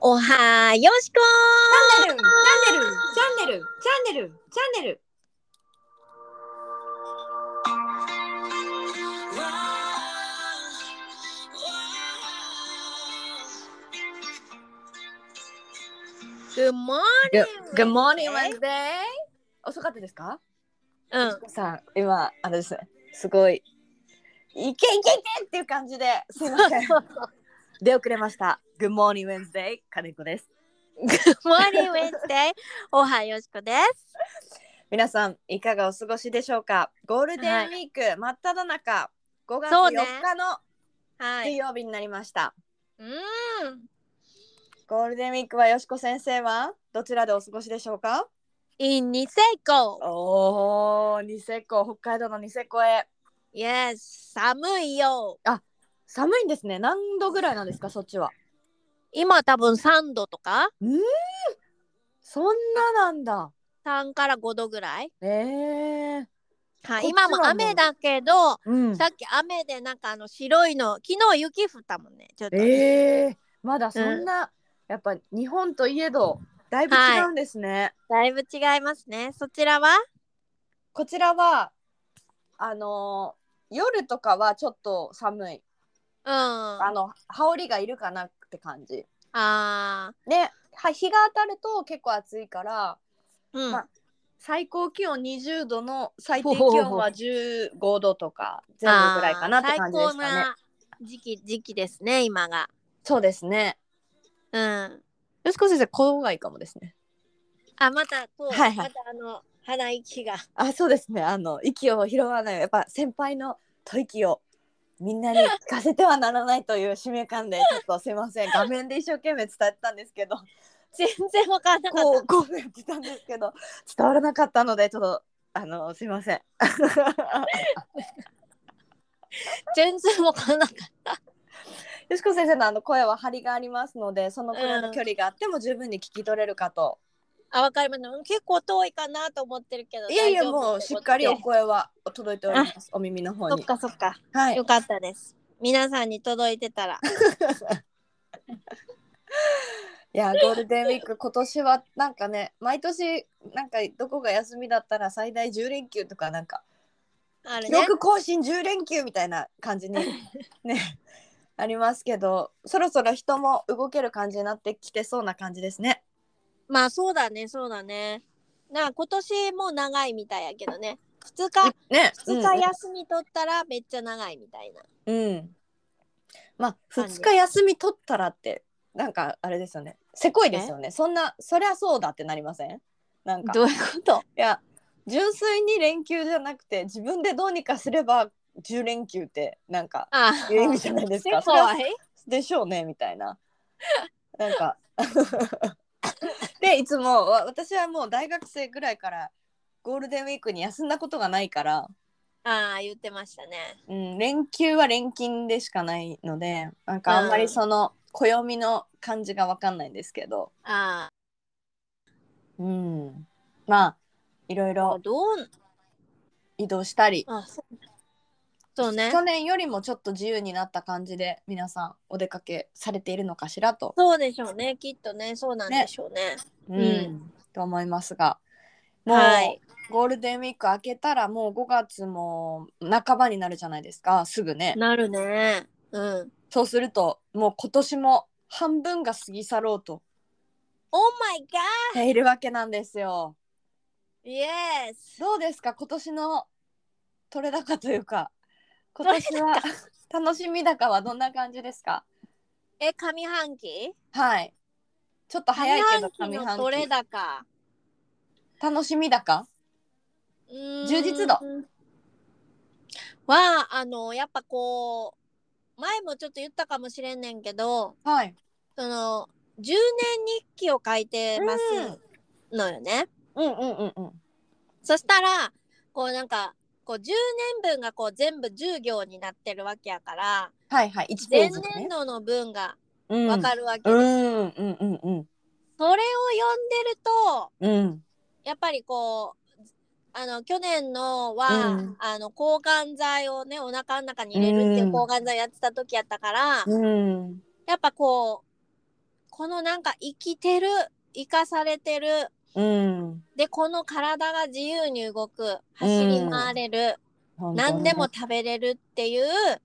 おはよしこチャンネルチャンネルチャンネルチャンネルー !Good morning! チャンネル Good morning Wednesday. Wednesday! 遅かったですかうん、さあ、今、あれですね。すごい。いけいけいけっていう感じで、すいま せん。出遅れました。Good morning Wednesday! 金子です。 Good morning Wednesday! おはよしこです。皆さん、いかがお過ごしでしょうかゴールデンウィーク、真っ只中、5月そ4うね日のはい。水曜日になりました。うん。ゴールデンウィークはよしこ先生はどちらでお過ごしでしょうか In Niseko! おお、ニセコ、北海道のニセコへ。 Yes! 寒いよ寒いんですね。何度ぐらいなんですか、そっちは。今多分3度とかそんななんだ。 3から5度ぐらい、ええはい、こっちは今もうも雨だけど、うんさっき雨でなんかあの白いの昨日雪降ったもんねちょっと、ええまだそんな、やっぱ日本といえど、だいぶ違うんですね。だいぶ違いますねそちらはこちらは、あのー夜とかはちょっと寒い。うんああの、羽織がいるかなって感じ。あーで、は日が当たると結構暑いから、うん、まあ最高気温20度の最低ほ気ほほ温は15度とか前後ぐらいかなって感じですかね。あー最高な時期時期ですね今がそうですね。うんよしこ先生、郊外かもですね。あまたこう、はいはいまたあの鼻息が あ、そうですね。あの息を拾わない、やっぱ先輩の吐息をみんなに聞かせてはならないという使命感で、ちょっとすいません。画面で一生懸命伝えてたんですけ ど、全然わかんなかこっうこうやってたんですけど、伝わらなかったので、ちょっとあのすいませ ん。た全然わかんなかったよしこ先生のあの声は張りがありますので、そのくらいの距離があっても十分に聞き取れるかとあわかります結構遠いかなと思ってるけどいやいや大丈夫もうしっかりお声は届いておりますお耳の方そっにかそっかはいよかったです皆さんに届いてたらいやゴールデンウィーク今年はなんかね毎年なんかどこが休みだったら最大10連休とかなんかあれ記ね録更新10連休みたいな 感じにねありますけどそろそろ人も動ける感じになってきてそうな感じですねまあそうだねそうだねなあ今年も長いみたいやけどね2日ね2日休み取ったらめっちゃ長いみたいな、うん、うんまあ感じ2日休み取ったらってなんかあれですよねせこいですよねそんなそりゃそうだってなりませんなんかういうこといや純粋に連休じゃなくて自分でどうにかすれば10連休ってなんかあいう意味じゃないですか。それ怖はいでしょうねみたいな。なんか でいつもわ私はもう大学生ぐらいからゴールデンウィークに休んだことがないから、ああ言ってましたねうん、連休は連勤でしかないのでなんかあんまりその暦の感じがわかんないんですけど、あうん、まあいろいあろどう移動したりあそうそうね去年よりもちょっと自由になった感じで皆さんお出かけされているのかしらと、そうでしょうねきっとねそうなんでしょうねうんと思いますがもう、はいゴールデンウィーク明けたらもう5月も半ばになるじゃないですかすぐねなるねうんそうするともう今年も半分が過ぎ去ろうとオーマイガしているわけなんですよーイエスどうですか今年の取れ高というか今年は楽しみ高はどんな感じですかえ上半期はいちょっと早いけ上ど上半期の半どれ期だか楽しみ高充充実度はあのやっぱこう前もちょっと言ったかもしれんねんけどはい。その10年日記を書いてますのよね。うんうんうんうん。そしたらこうなんかこう10年分がこう全部10行になってるわけやからはいはい。一前ページ年ね。度の分がうんわかるわけで、うんうんうんうんそれを読んでるとうん。やっぱりこうあの去年のは、うんあの抗がん剤をねお腹の中に入れるっていううん抗がん剤やってた時やったから、うん。やっぱこうこのなんか生きてる生かされてるうんでこの体が自由に動く走り回れる、本当ね何でも食べれるっていう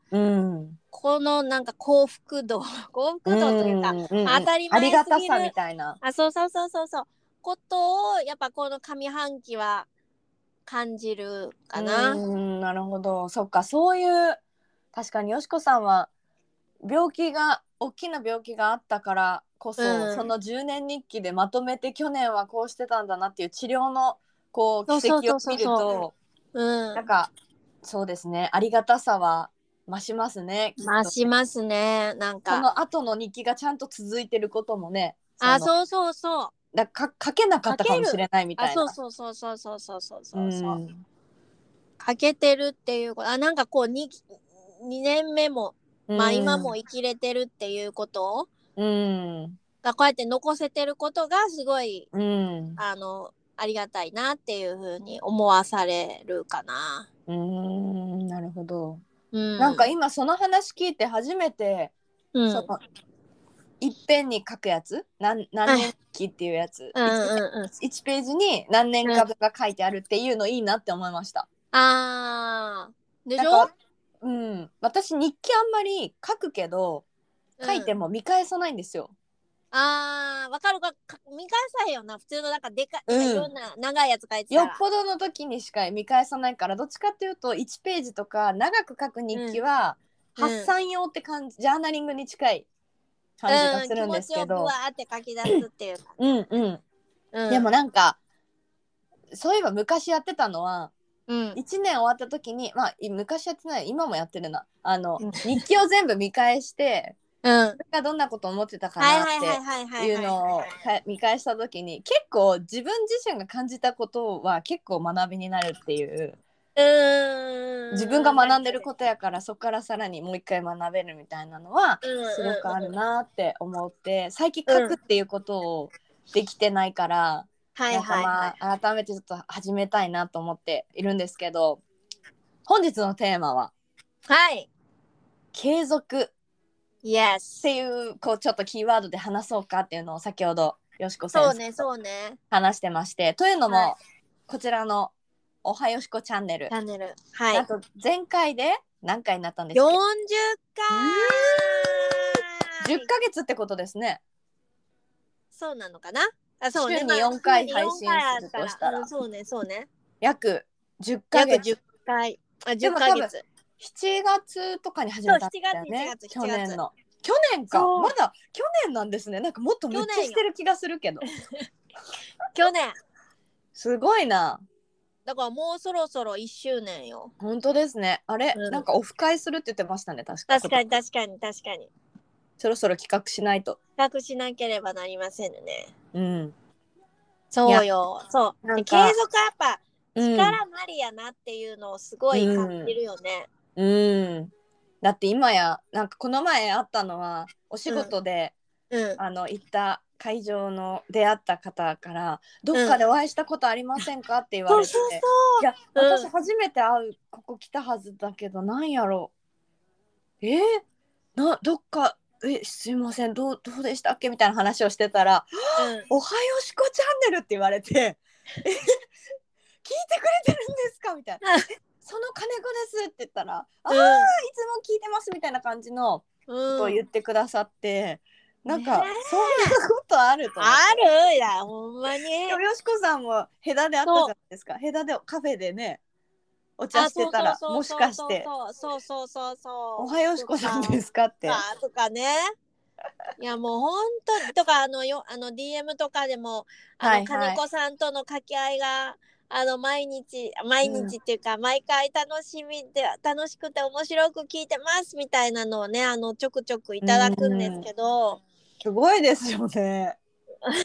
うんこのなんか幸福度 幸福度というか、んんん当たり前あすぎりるがたさみたいなあそうそうそうそうそうことをやっぱこの上半期は感じるかな。うんなるほどそっかそういう確かによしこさんは病気が大きな病気があったからこそ、うんその10年日記でまとめて去年はこうしてたんだなっていう治療のこそうう奇そうそ跡をうそう見るとうんなんかそうですねありがたさは増しますね。きっと増しますねなんこか。の後の日記がちゃんと続いてることもねあのそうそうそう。だか書けなかったかもしれないみたいあな。そうそうそうそうそうそうそうそううんそう。かけてるっていうことあなんかこう 2, 2年目も、まあ、今も生きれてるっていうことうんがこうやって残せてることがすごいうんあのありがたいなっていうふうに思わされるかな。うーんなるほど、うん、なんか今その話聞いて初めて、うん、そのいっぺんに書くやつ何何年期っていうやつ、うんうんう 1, ページに何年か分が書いてあるっていうのいいなって思いました。ん。あーでしなんょかうん、私日記あんまり書くけど書いても、も見返さないんですよ。うんあーわかるかか見返さへんよな普通のなんかでか、うんいろんな長いやつ書いてよたっら。ぽどの時にしか見返さないからどっちかっていうと1ページとか長く書く日記はうんうん発散用って感じ、ジャーナリングに近い感じがするんですうけん、気持ちよくどわ。ーって書き出すっていうか、うんうんうん、 でもなんかそういえば昔やってたのはうん、 1年終わった時にまあい昔やってない今もやってるなあのうん日記を全部見返してうん、僕がどんなこと思ってたかはいなはっいはいはいてはいいうはのをいか見返した時に結構自分自身が感じたことは結構学びになるっていううーん自分が学んでることやからそこからさらにもう一回学べるみたいなのはうんうんうんすごくあるなって思って最近書くっていうことをできてないから。はいなんはかいまはあ、改めてちょっと始めたいなと思っているんですけど本日のテーマはいはい「継続」っ Yes ていうこうちょっとキーワードで話そうかっていうのを先ほどよしこ先そう生ねとそうね話してまして、というのも、はいこちらの「おはよしこチャンネルチ」ャンネルはいなんと前回で何回になったんです40か回 ?10 ヶ月ってことですね。そうなのかなあそうね週にまあ4回週に4回配信するとしたらあったうんそうねそうね約10ヶ約月10回あで10もヶ多月7月とかに始めたんだよねそう7月1月去年の去年かそうまだ去年なんですねなんかもっとめっちゃ去年よしてる気がするけど去年すごいなだからもうそろそろ1周年よ本当ですねあれ、うんなんかオフ会するって言ってましたね確か確かに確かに確かにそろそろ企画しないと比較しなければなりませんねうん、そうよそうなんで継か続はやっぱうん力なりやなっていうのをすごい感じるよね。うん、だって今やなんかこの前あったのはお仕事で、うん。あの行った会場の出会った方から「どっかでお会いしたことありませんか?」って言わそうれて、そういや、うん私初めて会うここ来たはずだけどなんやろうえー、などっかえすいませんどうどうでしたっけみたいな話をしてたらそう。 「おはよしこチャンネル」って言われてえ 「聞いてくれてるんですか?」みたいなうんえ「その金子です」って言ったら「あーいつうんも聞いてます」みたいな感じのことをうん。う言ん、ってくださって、なんか、ねそんなことあると思ってあるいやほんま に。でもよしこさんもヘダであったじゃないですかヘダでカフェでねお茶してたらもしかしてそうそうそう「そう。。おはよしこさんですすか?」ってとかとかね。いやもう本当にとかあのよあの DM とかでもあはいはのい金子さんとの掛け合いがあの毎日毎日っていうか、毎回楽しみで楽しくて面白く聞いてますみたいなのをねあのちょくちょくいただくんですけど、すごいですよね。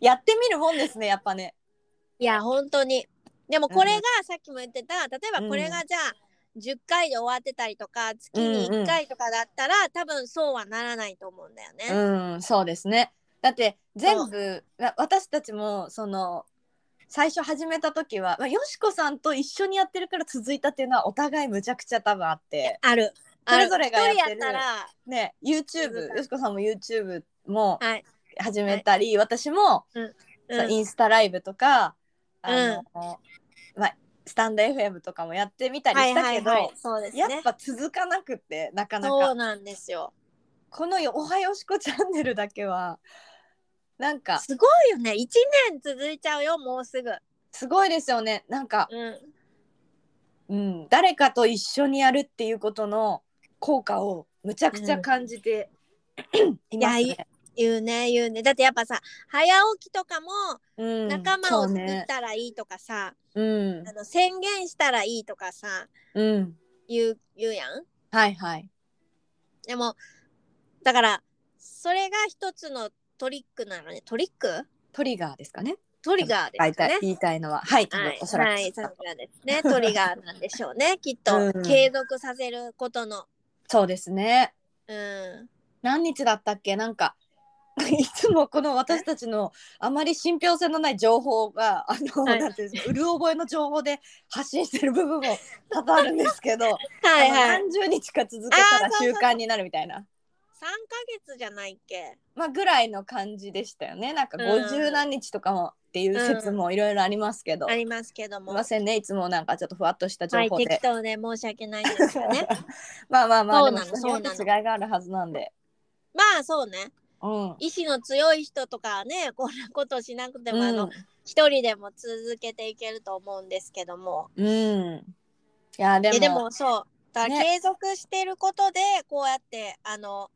やってみるもんですねやっぱね。いや本当にでもこれがさっきも言ってた例えばこれうがじゃあ10回で終わってたりとか月にうんうん1回とかだったら、多分そうはならないと思うんだよね。うんそうですね。だって全部わ私たちもその最初始めた時は、まあ、よしこさんと一緒にやってるから続いたっていうのはお互いむちゃくちゃ多分あってあるそれぞれがやってる一人やったらね YouTube よしこさんも YouTube もはい。始めたり、私も、うんそうインスタライブとかうあんの、まあ、スタンド FM とかもやってみたりしたけど、はいはいはい、そうですやっね。ぱ続かなくってなかなそうかなんですよ。このよ「おはよしこチャンネル」だけはなんかすごいよね。一年続いちゃうよ、もうすぐ。すごいですよねなんか、うん。うん、誰かと一緒にやるっていうことの効果をむちゃくちゃ感じて、いますいやね。言うね、言うね。だってやっぱさ、早起きとかもうん仲間そをう作っねたらいいとかさ、うんあの宣言したらいいとかさ、うん言う、言うやん。はいはいでも、だから、それが一つのトリックなのね。トリックトリガーですかねトリガー言いですたよいね。言いたいのははい、多分はい、 おそらく、はい、さすがですね。トリガーなんでしょう ね。きっと、うん継続させることの。そうですねうん。何日だったっけなんか いつもこの私たちのあまり信憑性のない情報があの、はいなんていうんですかうる覚えの情報で発信してる部分も多々あるんです けどはいあはのい。何十日か続けたあらーそうそ習うそう慣になるみたいな三ヶ月じゃないっけ。まあ、ぐらいの感じでしたよねなんかうん50何日とかもっていう説もいろいろありますけど、あすりますけどいも。ませんねいつもなんかちょっとふわっとした情はい、報で。適当で申し訳ないんですよね。 まあまあまあそでうもなの人によってそう違ないがあるはずなんで。まあ、そうね。うん意志の強い人とかはね、こんなことしなくても、あうのん、一人でも続けていけると思うんですけども。うん、いやででもでも、そう。だからね継続してることで、こうやって、あの。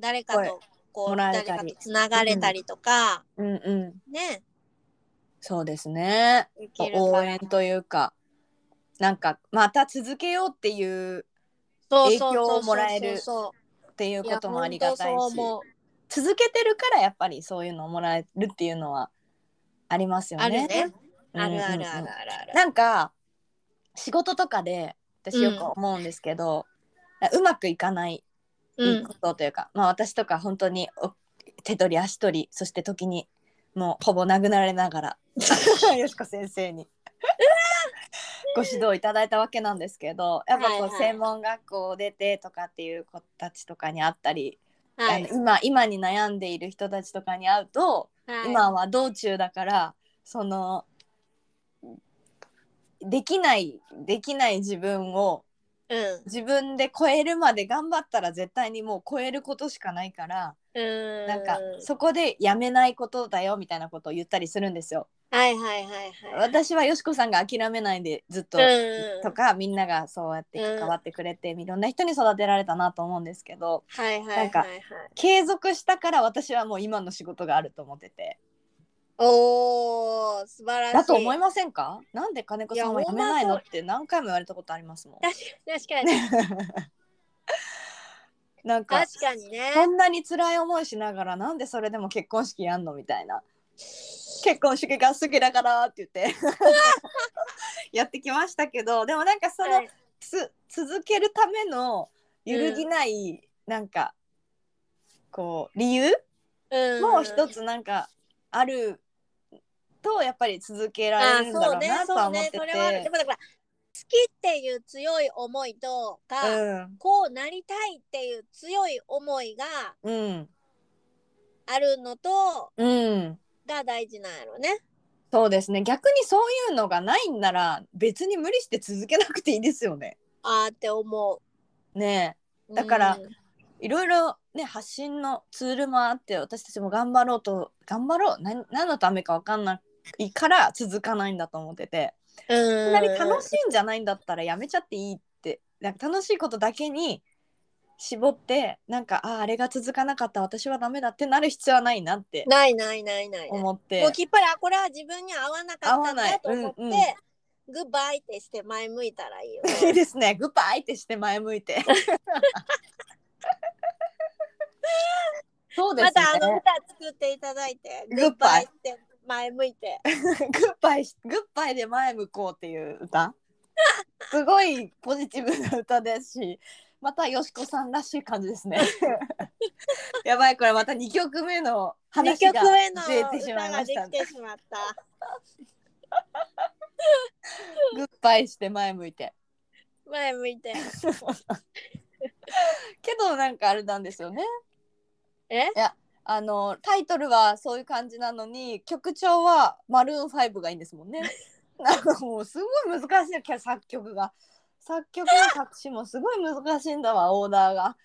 誰かと、こう、もらえた誰りかとつながれたりとか。うんうん、ね。そうですねできるから応援というかなんかまた続けようっていうそうそう影響をもらえそるうそうっていうそうこともありがたいやほんとしそう思う続けてるからやっぱりそういうのをもらえるっていうのはありますよね。あるね。うんうんあうんるあるあるあるある。なんか仕事とかで私よく思うんですけど、うまくいかないうんことというか、まあ私とか本当にお手取り足取りそして時にもうほぼ殴られな がらよしこ先生にご指導いただいたわけなんですけどやっぱこう、はいはい専門学校を出てとかっていう子たちとかに会ったり、はあいの今今に悩んでいる人たちとかに会うと、はい今は道中だからそのできないできない自分をうん自分で超えるまで頑張ったら絶対にもう超えることしかないからうんなんかそこでやめないことだよみたいなことを言ったりするんですよ。はいはいはいはい。私はよしこさんが諦めないでずっとうんとかみんながそうやって関わってくれていろんな人に育てられたなと思うんですけどはいはいはいなはんいか。継続したから私はもう今の仕事があると思ってておお素晴らしい。だと思いませんかなんで金子さんはいややめないほんのまって何回も言われたことありますもん。確かに確かになんか確かにね。こんなに辛い思いしながらなんでそれでも結婚式やんのみたいな結婚式が好きだからって言 ってやってきましたけどでもなんかその、はいつ続けるための揺るぎない、なんかこう理由うんも一つなんかあるとやっぱり続けられるんだろうなとは思ってて。それはあるでもだから好きっていう強い思いとか、こうなりたいっていう強い思いがうん、あるのとうん、うんが大事なんやろうね。そうですね逆にそういうのがないんなら別に無理して続けなくていいですよね。あーって思ねう。だからうんえいろいろね発信のツールもあって私たちも頑張ろうと頑張ろう何何のためか分かんないから続かないんだと思っててそんなに楽い。しいんじゃないんだったらやめちゃっていいってなんか楽しいことだけに絞ってなんかあーあれが続かなかった私はダメだってなる必要はないなってないないないないない。も思ってうきっぱりあこれは自分に合わなかったんだと思って、合わないグッバイってして前向いたらいいよ、 いいね。ですねグッバイってして前向いてそうですまねたあの歌作っていただいてグッバイって前向いて。グッバイしグッバイで前向こうっていう歌すごいポジティブな歌ですしまたよしこさんらしい感じですね やばいこれまた2曲目の二話曲が目のずれてし歌まがいまでしたきてしまった。グッバイして前向いて前向い て。けどなんかあれなんですよねえ？ いやあのタイトルはそういう感じなのに曲調はマルーン5がいいんですもんね。 なんかもうすごい難しいきゃ作曲が作曲も作詞もすごい難しいんだわオーダーが。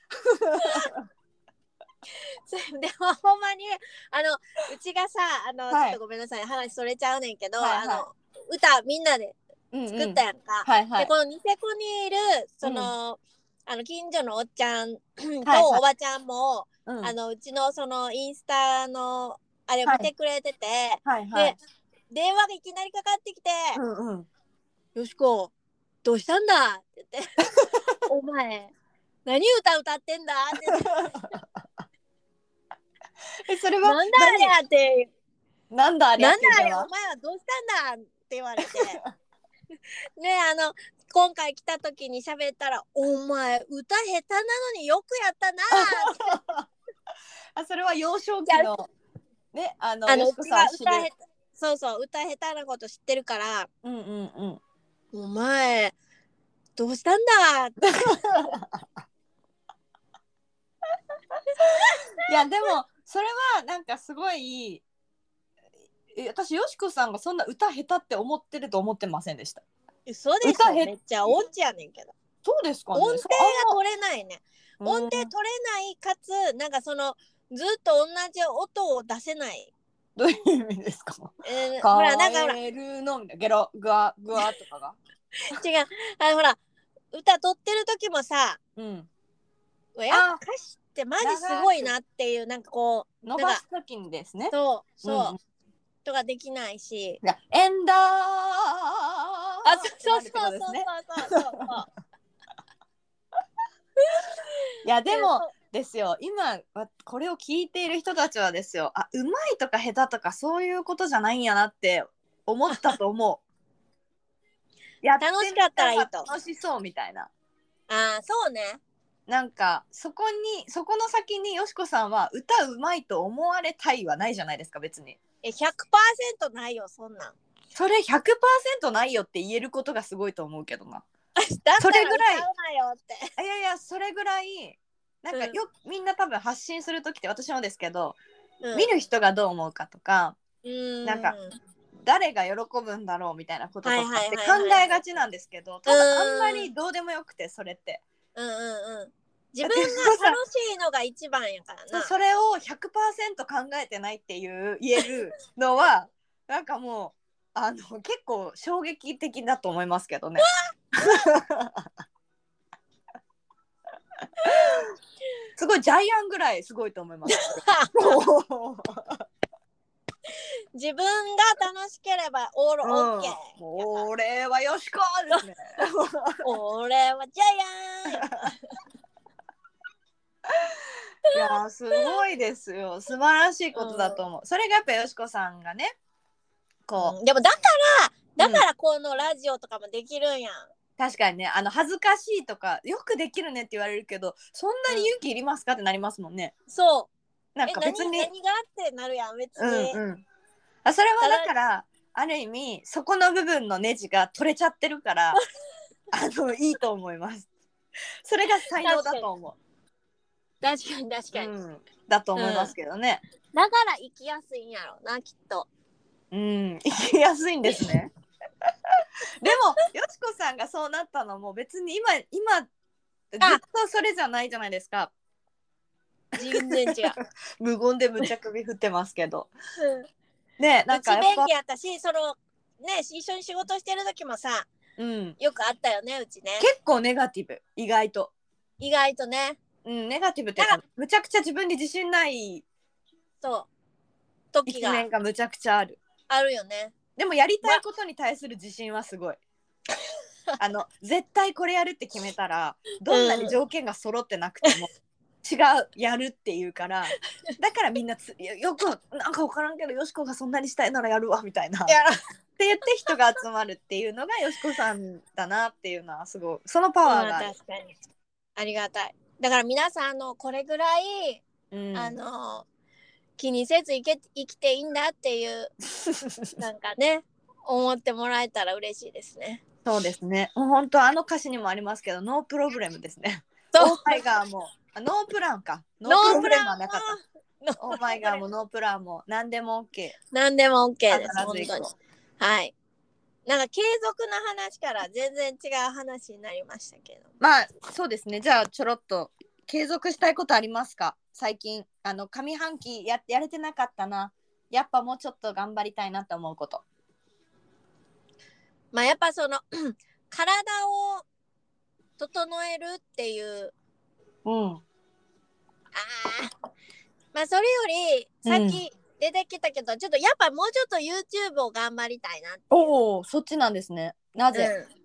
でもほんまにあのうちがさあの、はちょいっとごめんなさい話それちゃうねんけど、はいはいあの歌みんなで作作ったやんか。はいはでい。このニセコにいるその、あの近所のおっちゃん とはいおばちゃんも、うんあのうちのそのインスタのあれを見てくれてて、はいはで。い電話がいきなりかかってきてうんうん。 「よしこどうしたんだ?」って言 って「お前何歌歌ってんだ?」って 言ってえそれ「はなんだあれや」ってなんだ「あれやなっんてだあいうれのおは前はどうしたんだ?」って言われて ねあの今回来た時に喋ったら「お前歌下手なのによくやったな」あそれは幼少期のね あのあのうよしこちさがん知歌下る手そうそう歌下手なこと知ってるからうんうんうん。 「お前どうしたんだ?」っていやでもそれはなんかすごいえ私よしこさんがそんな歌下手って思ってると思ってませんでした。嘘でし歌ょ下手めっちゃ音痴やねんけどそうですかね。音程がそう取れないねあんま音程取れないかつなんかそのずっと同じ音を出せない、どういう意味ですか。えーほほららななんんかかほほらら違うるのみたいなゲログワグワとかが。あのほら歌取ってる時もさうん。うわやっぱ歌詞ってマジすごいなっていうなんかこう伸ばすときにですね。そうそう、うんとかできないしいやエンダー。ああそうそうそうそうそうそうそういやでもそですよ今わこれを聞いている人たちはですよあうまいとか下手とかそういうことじゃないんやなって思ったと思 うやってみ楽しかったらいいと楽しそうみたいなうあーそうねなんかそこにそこの先によしこさんは歌うまいと思われたいはないじゃないですか別にえ100%ないよそんなんそれ100%ないよって言えることがすごいと思うけ どなだったら それぐらい歌うなよってあいやいやそれぐらいなんかうんよ、みんな多分発信する時って私もですけど、う見る人がどう思うかとかうんなんか誰が喜ぶんだろうみたいなこととかっはいはいて考はいはいえがちなんですけど、うんただあんまりどうでもよくてそれってうんうんうん自分だってそうがさ楽しいのが一番やからそなそれを100%考えてないっていう言えるのは なんかもうあの結構衝撃的だと思いますけどね。すごいジャイアンぐらいすごいと思います。もう自分が楽しければ オールオッケー、もう俺はよしこです ね。俺はジャイアンいやーすごいですよ素晴らしいことだと思う、それがやっぱよしこさんがねこう、うんでもだからだからこのラジオとかもできるんやん、確かにねあの恥ずかしいとかよくできるねって言われるけどそんなに勇気いりますかってなりますもんねそうなんえか何別に何がってなるやん別うんに、うんあそれはだからある意味そこの部分のネジが取れちゃってるから あのいいと思いますそれが才能だと思確かに確う、かに、うん、だと思いますけどねだから生きやすいんやろなきっとうん、生きやすいんですね。でも、よしこさんがそうなったのも、別に今、今。ずっとそれじゃないじゃないですか。全然違う 無言でむちゃ首振ってますけど。うんね、なんかうちやっ便ぱ利。やったしそのね一緒に仕事してる時もさうん。よくあったよねうちね結構ネガティブ、意外と。意外とねうん、ネガティブっていうか、むちゃくちゃ自分に自信ないそう時一が面がむちゃくちゃある。あるよねでも、やりたいことに対する自信はすごい。あの、絶対これやるって決めたら、どんなに条件が揃ってなくても。違うやるっていうからだからみんなつよよくなんか分からんけどよしこがそんなにしたいならやるわみたいなっいてや言って人が集まるっていうのがよしこさんだなっていうのはすごいそのパワーまがあある、確かにありがたいだから皆さんあのこれぐらい、うん、あの気にせず生け生きていいんだっていうなんか ね思ってもらえたら嬉しいですね そうですねもう本当あの歌詞にもありますけどノープロブレムですねそうオータイガーもあノープランかノープランムははなかったオーマイガーもノープランも何でも OK。何でも OK です本必ず当行にこはいなんか継続の話から全然違う話になりましたけどう。まあそうですね。じゃあちょろっと継続したいことありますか？最近あの上半期ややれてなかったな。やっぱもうちょっと頑張りたいなと思うこと。まあやっぱその 体を整えるっていううん。あーまあそれよりさっき出てきたけど、ちょっとやっぱもうちょっと YouTube を頑張りたいなっていうおお、そっちなんですね。なぜ？うん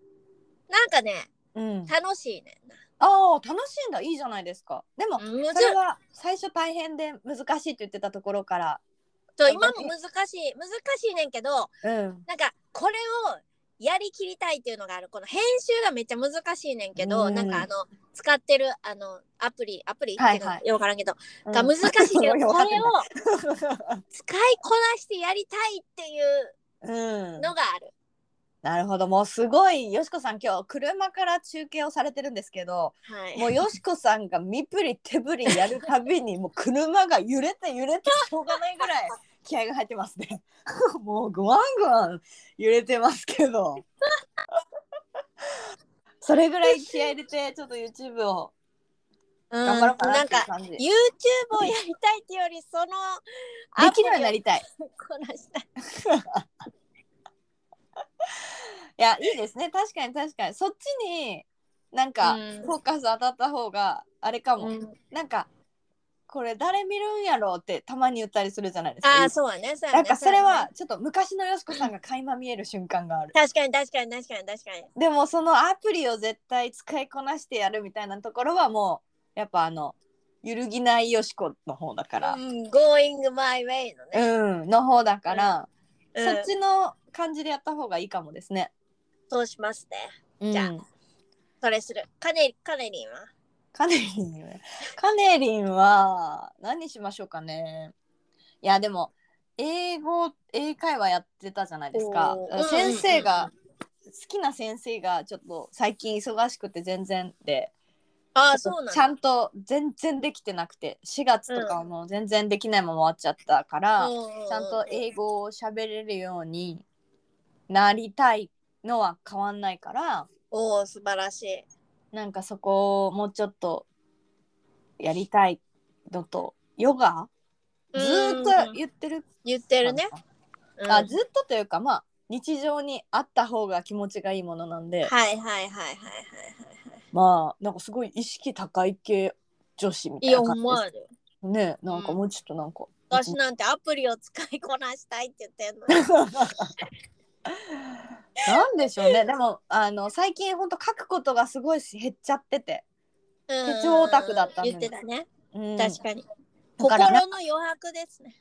なんかねうん。楽しいねんなああ、楽しいんだ。いいじゃないですか。でもうんむずそれは最初大変で難しいって言ってたところから。そう今も難しい難しいねんけどうん。なんかこれをやりきりたいっていうのがあるこの編集がめっちゃ難しいねんけど、うんなんかあの使ってるあのアプリアプリってはいいうのはいよくわからんけど、 うんが難しいけどすごいわこかってれんをだ 使いこなしてやりたいっていううん。のがある。なるほどもうすごいよしこさん今日車から中継をされてるんですけどはい、もうよしこさんが身振り手振りやるたびにもう車が揺れて揺れてしょうがないぐらい 気合が入ってますね もうぐわんぐわん揺れてますけ どそれぐらい気合入れてちょっと YouTube をうん頑張ろうかななっんていうか感じ、で YouTube をやりたいっていうよりそのきるようになりたいアプリをこなしたい。いやいいですね確かに確かにそっちになんかうんフォーカス当たった方があれかも、うんなんかこれ誰見るんやろうってたまに言ったりするじゃないですか。ああそうやねそうやね。なんかそれうやはねちょっと昔のよしこさんが垣間見える瞬間がある。確かに確かに確かに確かに。でもそのアプリを絶対使いこなしてやるみたいなところはもうやっぱあの揺るぎないよしこの方だから、うん、Going my way のね。うん、の方だから、うんそっちの感じでやった方がいいかもですね。そうしますね。うんじゃあそれする。カネカネリンはカネリンカネリンは何しましょうかねいやでも英語英会話やってたじゃないですかおー先生うんが好きな先生がちょっと最近忙しくて全然でああちそょっうとなんだちゃんと全然できてなくて4月とかはもう全然できないまま終わっちゃったから、ちゃんと英語を喋れるようになりたいのは変わんないからおお素晴らしい。なんかそこをもうちょっとやりたいのとヨガずーっとうん言ってる言ってるね。うんあずっとというかまあ日常にあった方が気持ちがいいものなんで、はいはいはいはいはいはい。まあなんかすごい意識高い系女子みたいいやほな感んじまやでですねなんかもうちょっとなんか、私なんてアプリを使いこなしたいって言ってんのに。なんでしょうねでもあの最近ほんと書くことがすごい減っちゃってて、うん 手帳オタクだったの言にってたね。うん確かに。だか心のら余白ですね。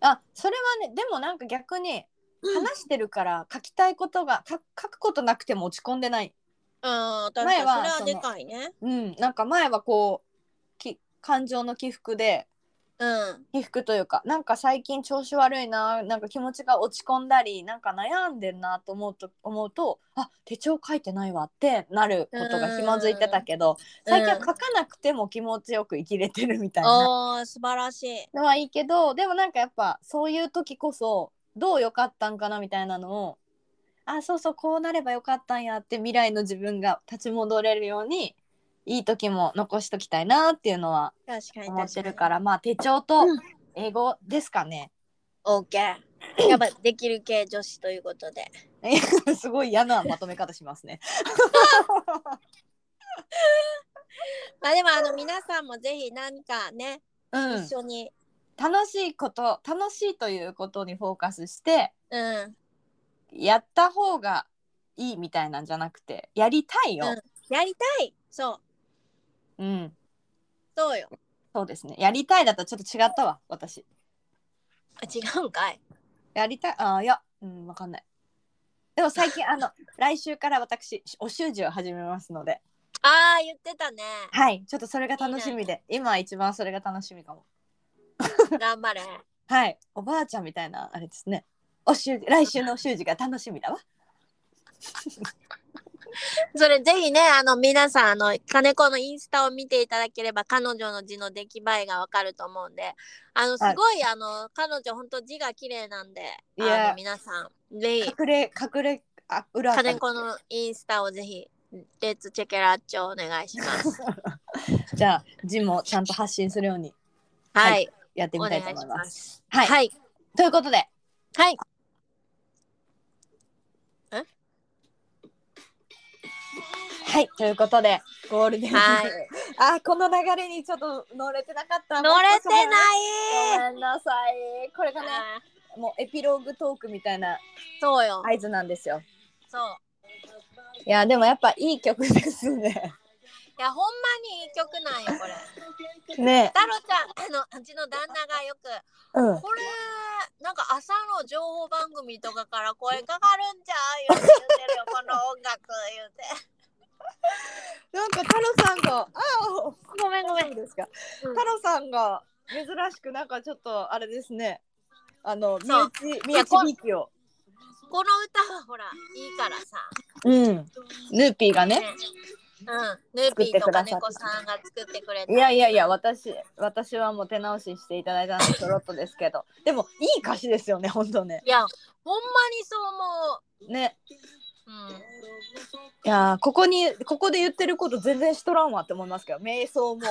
あそれはねでもなんか逆にうん話してるから書きたいことがか書くことなくても落ち込んでない、うん、確かにそれ前ははそのでかいね。うん、なんか前はこうき感情の起伏でうん。起伏というかなんか最近調子悪いななんか気持ちが落ち込んだりなんか悩んでんなと思うと思うとあ手帳書いてないわってなることがひもづいてたけど最近は書かなくても気持ちよく生きれてるみたいな。おー素晴らしい。のはいいけどでもなんかやっぱそういう時こそどう良かったんかなみたいなのをあそうそうこうなればよかったんやって未来の自分が立ち戻れるようにいい時も残しときたいなっていうのは確かに思っ確かてるに。からまあ手帳とうん英語ですかね。 オーケー。 やっぱできる系女子ということで。すごい嫌なまとめ方しますね。まあでもあの皆さんもぜひ何かね、うん一緒に。楽しいこと楽しいということにフォーカスしてうん。やった方がいいみたいなんじゃなくてやりたいよ。やりたい。そう。うんそうよ。そうですね。やりたいだとちょっと違ったわ、私。あ違うんかい。やりたい、あーいや、うん、わかんない。でも最近、あ の、来週から私、お習字を始めますので、ああ、言ってた ね。はい、ちょっとそれが楽しみで、今一番それが楽しみかも。頑張れ。はい、おばあちゃんみたい な、あれですね。お習字、来週のお習字が楽しみだわ。それぜひね、あの、皆さん、あの、金子のインスタを見ていただければ、彼女の字の出来栄えがわかると思うんで、あの、すごい、あの、彼女、本当字が綺麗なんで、いやあの、皆さん、ぜ ひ、隠れ隠れあ裏垢金子のインスタをぜひ、レッツチェケラッチョお願いします。 じゃあ字もちゃんと発信するようにはい、はいやっておみた願いいとし思います。ます。はいはい、ということではい、はいということでゴールデンウィーク、はいあーこの流れにちょっと乗れてなかった乗れてないごめんなさいこれがねあーもうエピローグトークみたいなそうよ、合図なんですよそう。いやでもやっぱいい曲ですねいや、ほんまにいい曲なんよ、これ。ね太郎ちゃん、あの、うちの旦那がよく、うんこれなんか朝の情報番組とかから声かかるんちゃう言うてるよこの音楽言うてなんか太郎さんがああごめんごめんそうですかうん太郎さんが珍しくなんかちょっとあれですねあの身そう内い身や内こんびいきをこの歌はほらいいからさうんヌーピーがねねうんヌーピーとか作ってく猫だささんが作ってくれたいやいやいや私私はもう手直ししていただいたのちょろっとですけどでもいい歌詞ですよね本当ねいやほんまにそうね思う、うん、いやーここにここで言ってること全然しとらんわって思いますけど瞑想も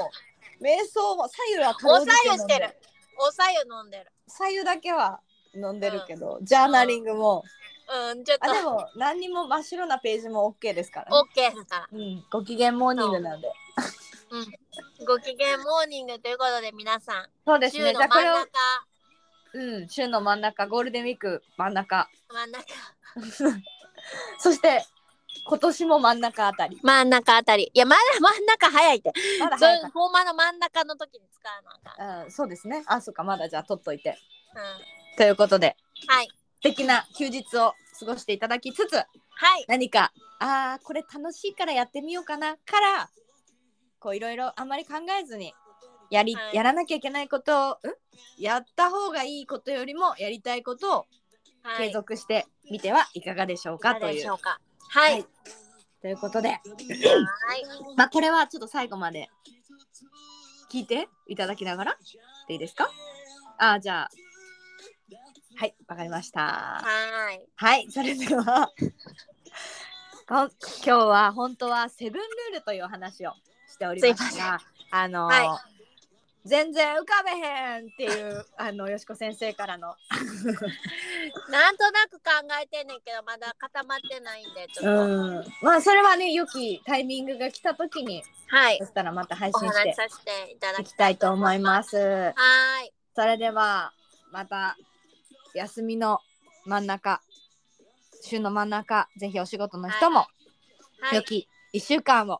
瞑想も左右はお辛うじさてゆ飲んしでてるおさゆ飲んでる左右だけは飲んでるけど、ジャーナリングも、うんちょっとあでも何にも真っ白なページも OK ですから、ねオッケーだから、うん、ご機嫌モーニングなんでうん、ご機嫌モーニングということで皆さんそうです週ねの真じゃあこんれを中、うん、週の真ん中ゴールデンウィーク真ん中真ん中そして今年も真ん中あたり真ん中あたりいやまだ真ん中早いってまだそう早かっほんまの真ん中の時に使うのかん。た、うん、そうですねあそうかまだじゃあ取っといてうん。ということではい。素敵な休日を過ごしていただきつつはい。何かあーこれ楽しいからやってみようかなからこういろいろあんまり考えずにやり、はいやらなきゃいけないことをんやった方がいいことよりもやりたいことをはい、継続してみてはいかがでしょうかいかとがいう、でしょうか。はい。はいということで、はい。まあ、これはちょっと最後まで聞いていただきながらでいいですかあーじゃあはいわかりました。はい。はい、それではこん今日は本当はセブンルールというお話をしておりますすいが、あのーは全然浮かべへんっていうあのよしこ先生からの、なんとなく考えてんねんけど、まだ固まってないんで、ちょっと。まあそれはね良きタイミングが来た時にはいそ。したらまた配お信し話してさせていただいき。きたいと思いますす。はい。それではまた休みの真ん中週の真ん中ぜひお仕事の人もは良い。き1週間を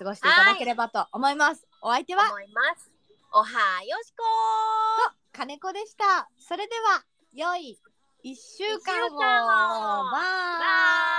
過ごしていただければと思います。お相手は思います。おはよしこ金子でした。それでは良い1週間を一週間をーバイバイ